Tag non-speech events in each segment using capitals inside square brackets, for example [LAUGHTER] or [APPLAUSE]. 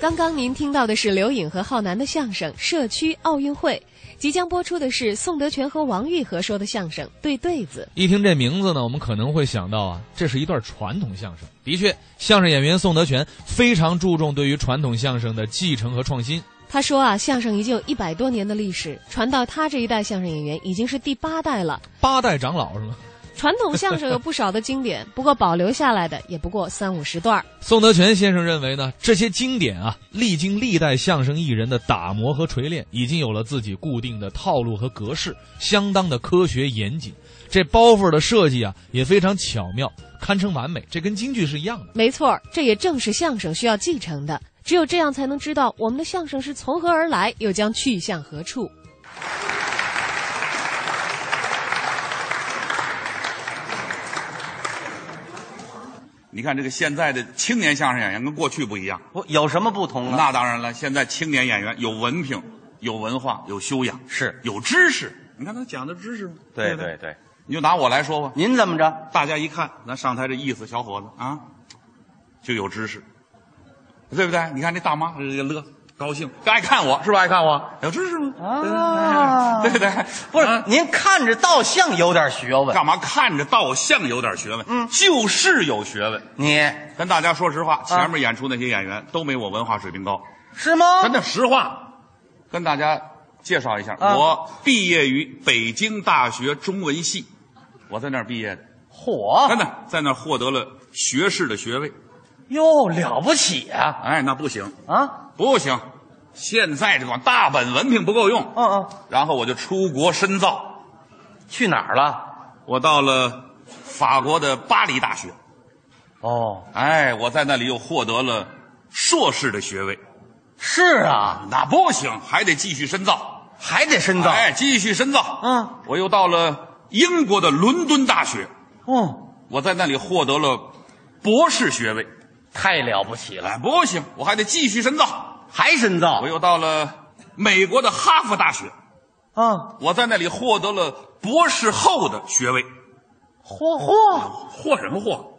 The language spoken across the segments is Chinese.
刚刚您听到的是刘颖和浩南的相声《社区奥运会》，即将播出的是宋德全和王玉和说的相声《对对子一听这名字呢，我们可能会想到啊，这是一段传统相声。的确，相声演员宋德全非常注重对于传统相声的继承和创新。》。他说啊，相声已经有一百多年的历史，传到他这一代相声演员已经是第八代了。八代长老是吗？ [LAUGHS] 传统相声有不少的经典，不过保留下来的也不过三五十段儿。宋德全先生认为呢，这些经典啊，历经历代相声艺人的打磨和锤炼，已经有了自己固定的套路和格式，相当的科学严谨。这包袱的设计啊，也非常巧妙，堪称完美。这跟京剧是一样的。没错儿，这也正是相声需要继承的。只有这样，才能知道我们的相声是从何而来，又将去向何处。你看这个现在的青年相声演员跟过去不一样，不有什么不同啊？那当然了，现在青年演员有文凭、有文化、有修养，是有知识。你看他讲的知识吗？对不对对，你就拿我来说吧，您怎么着？大家一看，咱上台这意思，小伙子啊，就有知识，对不对？你看这大妈这乐高兴，爱看我是不是爱看我？有知识吗？啊对不对？不是，啊您看着倒像有点学问，干嘛看着倒像有点学问？嗯，就是有学问。你跟大家说实啊话，前面演出那些演员都没我文化水平高，是吗？真的实话，跟大家介绍一下，啊我毕业于北京大学中文系，我在那儿毕业的，真火的在那儿获得了学士的学位。哟，了不起啊哎，那不行，啊！不行，现在这种大本文凭不够用。嗯嗯，然后我就出国深造，去哪儿了？我到了法国的巴黎大学，哦，哎，我在那里又获得了硕士的学位。是啊，那不行，还得继续深造，还得深造。哎，继续深造。嗯，我又到了英国的伦敦大学。哦，我在那里获得了博士学位。太了不起了，哎，不行，我还得继续深造。还深造我。又到了美国的哈佛大学，啊，我在那里获得了博士后的学位。嚯嚯，获什么获？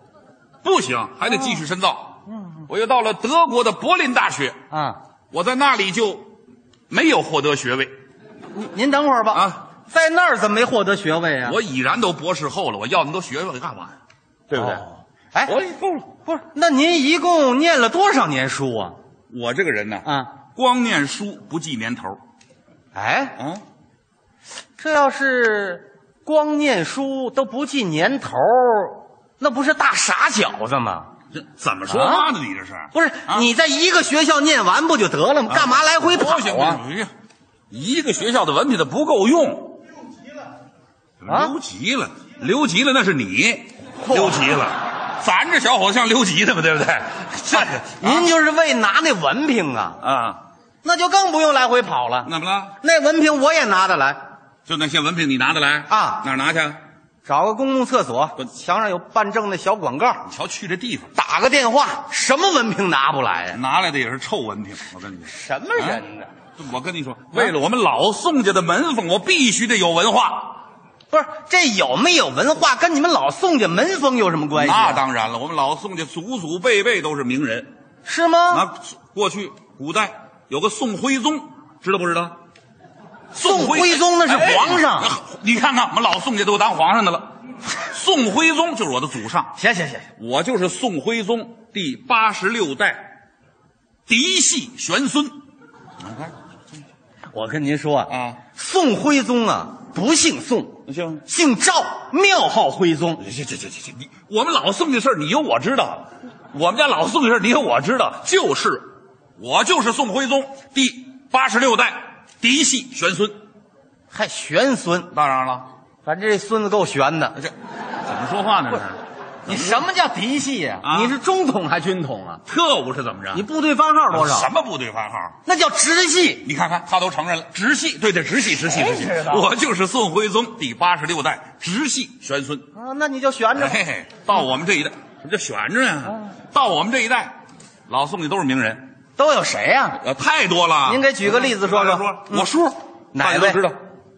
不行，还得继续深造。我又到了德国的柏林大学，啊，我在那里就没有获得学位您您等会儿吧。啊，在那儿怎么没获得学位啊？我已然都博士后了，我要那么多学位干嘛呀？对不对？哦哎，我不，不是，那您一共念了多少年书啊？我这个人呢，啊，光念书不记年头。哎，嗯，这要是光念书都不记年头儿，那不是大傻小子吗？这怎么说话呢？你这是不是，啊你在一个学校念完不就得了吗？干嘛来回跑不行啊？不行，一个学校的文凭它不够用。啊留级了，留级了，那是你留级了。咱这小伙子像留级的吗？对不对？这个啊您就是为拿那文凭啊，啊，那就更不用来回跑了。怎么了？那文凭我也拿得来，就那些文凭你拿得来啊哪儿拿去？找个公共厕所不，墙上有办证的小广告，你瞧去这地方，打个电话，什么文凭拿不来呀、拿来的也是臭文凭。我跟你说，啊什么人呢？我跟你说，为了我们老宋家的门风，我必须得有文化。不是，这有没有文化跟你们老宋家门风有什么关系、那啊？当然了，我们老宋家祖祖辈辈都是名人。是吗？啊，过去古代有个宋徽宗，知道不知道？宋徽宗那是哎皇上哎你看看我们老宋家都当皇上的了。宋徽宗就是我的祖上，行行行，我就是宋徽宗第八十六代嫡系玄孙。我跟您说啊，宋徽宗啊，不姓宋，行，姓赵，庙号徽宗。这这这这这，你我们老宋家事儿你有我知道，我们家老宋家事儿你有我知道，就是我就是宋徽宗第八十六代嫡系玄孙。还玄孙，当然了，反正这孙子够玄的。这怎么说话呢？这是。你什么叫嫡系呀、啊你是中统还军统啊？特务是怎么着？你部队番号多啊什少？么部队番号？那叫直系。你看看，他都承认了，直系，对对，直系，直系，直系哎知道，我就是宋徽宗第八十六代直系玄孙。啊，那你就悬着吧。嘿嘿，到我们这一代，什么叫悬着嗯呀？到我们这一代，老宋家都是名人，都有谁呀、呃，太多了。您给举个例子说说大家嗯我叔哪大家位都知道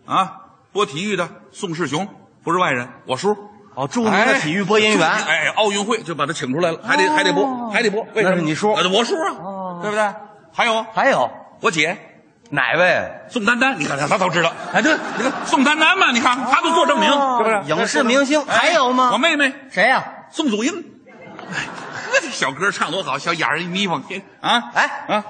啊？播体育的宋世雄不是外人，我叔。哦，著名的体育播音员。哦哎哎，奥运会就把他请出来了，还得还得播，还得播。为什么？那是你叔哦呃我叔啊，对不对？还有还有我姐哪位？宋丹丹，你看他他都知道。哎，对，你看宋丹丹嘛，你看他都做证明，是哦不是？影视明星还有吗？哎我妹妹谁呀？宋祖英，哎， [LAUGHS] 呵，这小歌唱多好，小眼儿一眯缝，啊，哎啊，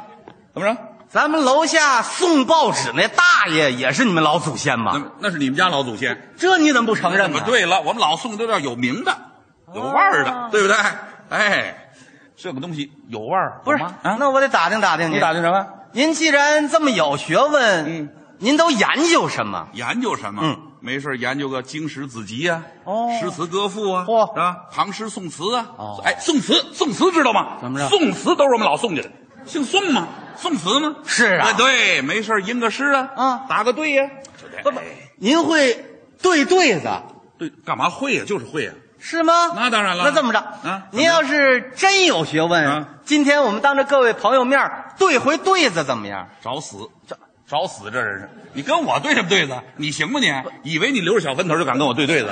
怎么着？咱们楼下送报纸那大爷也是你们老祖先吗？那那是你们家老祖先。这你怎啊哦么不承认么呢？，对了，我们老宋都要有名的，有腕儿的，对不对？哎，这个东西有腕儿，不是，有吗啊？那我得打听打听你您。打听什么？您既然这么有学问，嗯您都研究什么？研究什么？嗯，没事儿研究个经史子集呀、啊，哦诗词歌赋啊，嚯是吧？唐诗宋词啊，哦哎，宋词，宋词知道吗？怎么着宋词都是我们老宋家的，姓宋吗？宋词吗？是啊哎对，没事儿吟个诗啊，啊答个对呀、就这不不，您会对对子对，干嘛会呀、就是会呀、是吗？那当然了那这么着，啊您要是真有学问，啊今天我们当着各位朋友面儿对回对子怎么样？找死，找找死，这人是！你跟我对什么对子？你行吗你？以为你留着小分头就敢跟我对对子？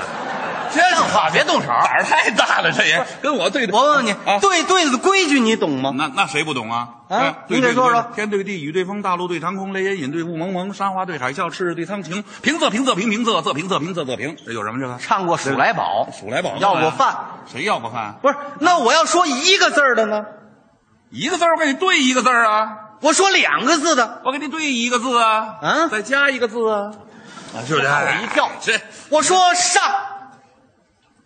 这话别动手。胆儿太大了，这也跟我对对。我问问你，啊，对对子的规矩你懂吗？那那谁不懂啊？啊哎对你给对说对说天对地，雨对风，大陆对长空，雷隐隐对雾蒙蒙，山花对海啸，赤日对苍穹。平仄平仄平平仄仄平仄平仄仄平，这有什么这个？唱过《鼠来宝》，数来宝要干过嘛呀饭。谁要过饭？不是，那我要说一个字儿的呢？一个字儿我给你对一个字儿啊，我说两个字的，我给你对一个字啊，啊再加一个字啊，啊，是不是？吓我一跳这我说上，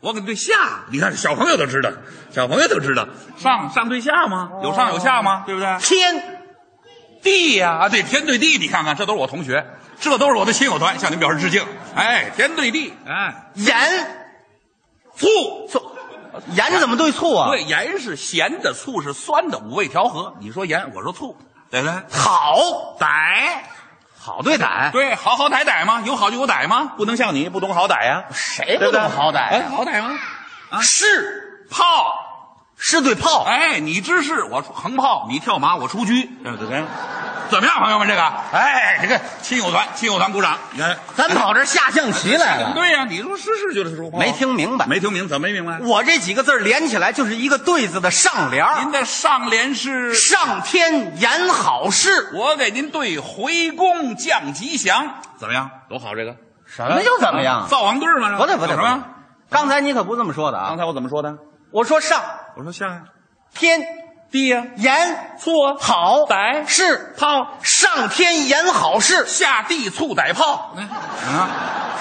我给你对下，你看小朋友都知道，小朋友都知道，嗯上上对下哦吗？有上有下吗？对不对？天地呀、啊，对，天对地，你看看，这都是我同学，这都是我的亲友团，向您表示致敬。哎，天对地，哎，盐醋，醋，盐怎么对醋啊？对，盐是咸的，醋是酸的，五味调和。你说盐，我说醋，对不对？好，歹，好对歹，对，好好歹歹吗？有好就有歹吗？不能像你不懂好歹呀、谁对不不对？懂好歹哎，呀？好歹吗？啊，是炮，是对炮，哎，你知事，我出横炮，你跳马，我出车，哎对不对？ [LAUGHS] 怎么样，朋友们？这个，哎，这个亲友团，亲友团鼓掌，你看，咱跑这儿下象棋来了。对呀、你说是是就是说话，没听明白没听明，怎么没明白？我这几个字儿连起来就是一个对字的上联您儿，的上联是，上天言好事。我给您对回宫降吉祥，怎么样？多好这个？什么叫怎么样？灶王对儿吗？不对不对有不什对么？，刚才你可不这么说的刚啊！才我怎么说的？我说上我说下呀，天地呀，言醋啊，好歹是炮，上天言好事，下地醋歹炮。嗯哎啊，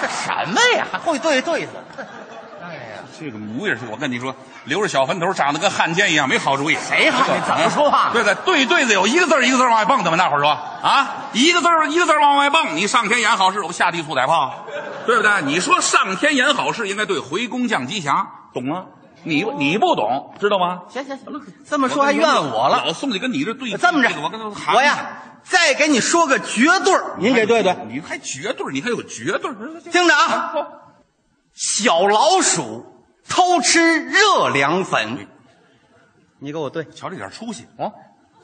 这什么呀？还会对对子？这个模样是，我跟你说，留着小分头，长得跟汉奸一样，没好主意。谁喊你怎么说话对对对对子有一个字儿一个字儿往外蹦的嘛，大伙儿说啊，一个字儿一个字儿往外蹦，你上天言好事，我下地醋歹炮，对不对？你说上天言好事，应该对回宫降吉祥，懂吗？你你不懂，知道吗？行行行，这么说还怨我了。老宋家跟你这对这么着个我跟他喊，我呀，再给你说个绝对儿您给对对。你还绝对儿，你还有绝对儿，听着啊，小老鼠偷吃热凉粉，你给我对瞧这点出息，啊？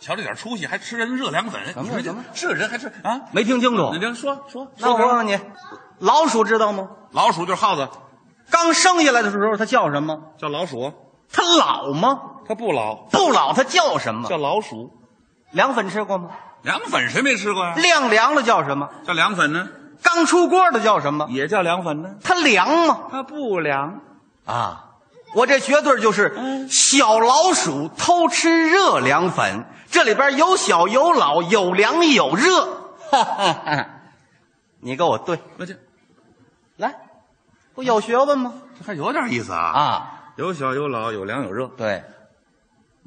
瞧这点出息，还吃人热凉粉，么你说这怎么这人还吃啊？没听清楚你？这说说，那我说问问你，老鼠知道吗？老鼠就是耗子，刚生下来的时候它叫什么？叫老鼠，它老吗？它不老，不老它叫什么？老鼠。凉粉吃过吗？凉粉谁没吃过呀、晾凉了叫什么？叫凉粉呢，刚出锅的叫什么？也叫凉粉呢，它凉吗？它不凉。啊，我这绝对就是小老鼠偷吃热凉粉，这里边有小有老，有凉有热。哈哈哈！你给我对那这来，不有学问吗？这还有点意思啊！啊，有小有老，有凉有热。对，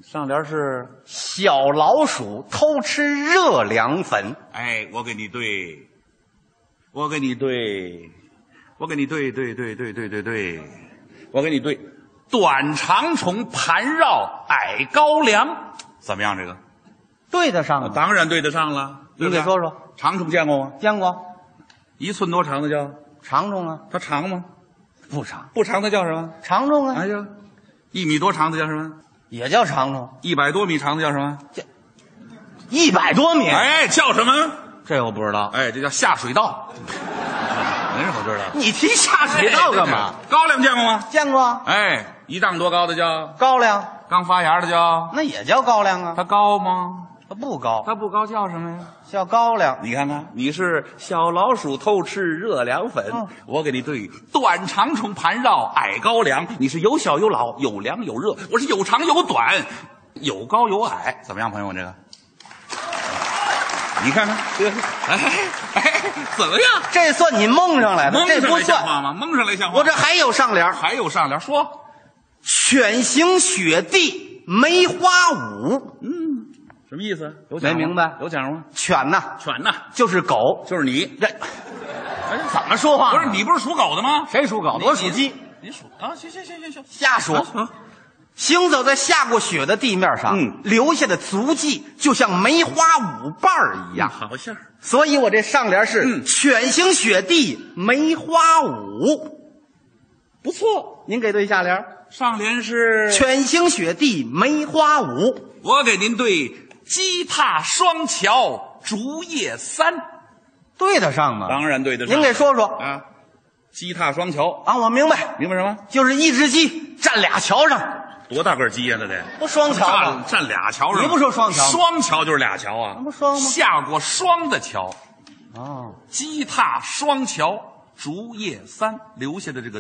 上联是，小老鼠偷吃热凉粉，哎，我给你对，我给你对，我给你对对对对对对对，我给你对，短长虫盘绕矮高粱，怎么样？这个对得上啊吗？当然对得上了。对你不给对说说，长虫见过吗？见过一寸多长的叫长虫啊？它长吗？不长，不长的叫什么？长虫啊哎呀，一米多长的叫什么？也叫长虫，一百多米长的叫什么？一百多米，哎，叫什么？这我不知道。哎，这叫下水道。没人我知道。你提下水道干嘛？？高粱见过吗？见过啊哎，一丈多高的叫高粱，刚发芽的叫那也叫高粱啊。它高吗？它不高，它不高叫什么呀？叫高粱。你看看，你是小老鼠偷吃热凉粉，嗯我给你对短长虫盘绕矮高粱，你是有小有老，有凉有热，我是有长有短，有高有矮，怎么样，朋友们这个？你看看，这个哎哎，怎么样？这算你蒙上来的，蒙哎这上不来像算。话吗？蒙上来像话吗？我这还有上联儿，还有上联说，犬行雪地梅花舞。什么意思？有没奖吗明白有奖吗？犬呐，犬呐，就是狗。就是你。这哎怎么说话不呢？是你不是属狗的吗？谁属狗的？你我属鸡。。你你属啊？行行行行行，瞎说。啊行走在下过雪的地面上，嗯留下的足迹就像梅花舞伴儿一呀，样。好像儿所以我这上联是“嗯犬行雪地梅花舞不错。”。您给对下联儿上联是：“犬行雪地梅花舞我给您对鸡踏双桥竹叶三，”，对得上吗？当然对得上。您给说说啊，鸡踏双桥，啊，我明白，明白什么？就是一只鸡站俩桥上，哦多大个鸡呀？那得不双桥站吗？站俩桥上，你不说双桥吗双桥就是俩桥啊，不双吗下过霜的桥，哦，鸡踏双桥，竹叶三留下的这个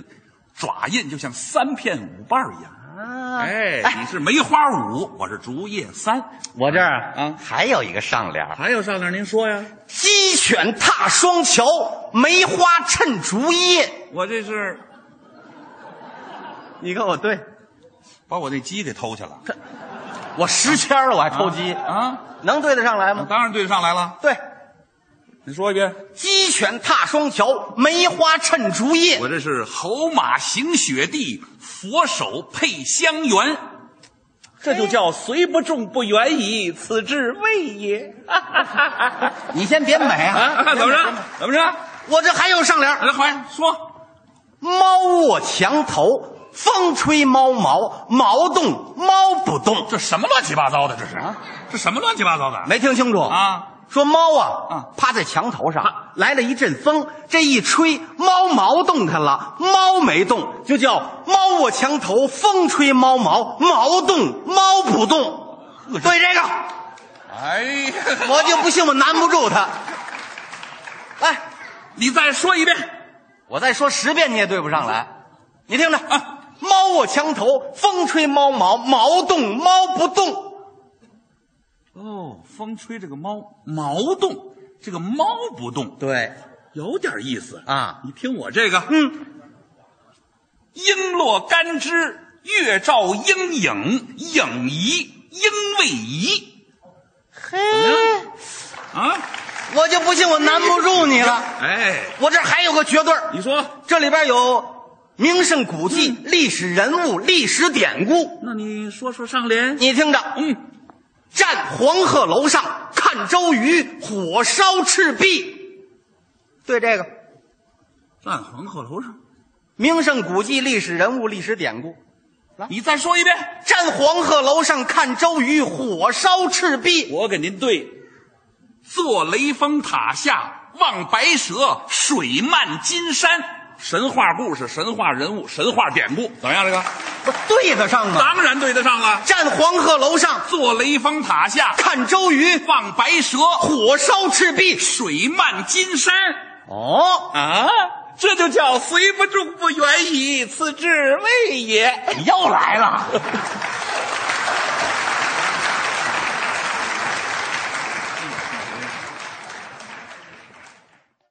爪印，就像三片舞瓣儿一样。啊，哎，你是梅花舞，我是竹叶三。我这儿啊还有一个上联儿还有上联，您说呀？：“鸡犬踏双桥，梅花衬竹叶。我这是”你看我对，把我那鸡给偷去了。我十签了，我还偷鸡，啊？能对得上来吗？当然对得上来了。对，你说一遍，鸡犬踏双桥，梅花衬竹叶。我这是侯马行雪地，佛手配香园，这就叫虽不中不远矣，此至谓也。你先别美啊！啊，怎么着？怎么着？我这还有上联儿：来，快说，猫卧墙头，风吹猫毛，毛动猫不动。这什么乱七八糟的？这是啊这什么乱七八糟的？没听清楚啊？说猫啊，啊趴在墙头上，来了一阵风，这一吹，猫毛动弹了，猫没动，就叫猫卧墙头，风吹猫毛，毛动猫不动。对这个。哎呀，我就不信我难不住他。来，你再说一遍。我再说十遍你也对不上来。你听着啊，猫卧墙头，风吹猫毛，毛动猫不动。哦，风吹这个猫毛动，这个猫不动，对，有点意思啊你听我这个，嗯，璎珞干枝，月照鹰影，影移，鹰未移嘿，啊！我就不信我难不住你了。哎，我这儿还有个绝对儿，你说，这里边有名胜古迹、历史人物、历史典故。那你说说上联？你听着，嗯，站黄鹤楼上看周瑜火烧赤壁，对这个。站黄鹤楼上，名胜古迹、历史人物、历史典故。你再说一遍。站黄鹤楼上看周瑜火烧赤壁，我给您对，坐雷峰塔下望白蛇，水漫金山。神话故事、神话人物、神话典故，怎么样？这个我对得上吗？当然对得上了。站黄鹤楼上坐雷峰塔下看周瑜望白蛇，火烧赤壁，水漫金山。哦，啊，这就叫虽不中不远矣，此至未也。你又来了。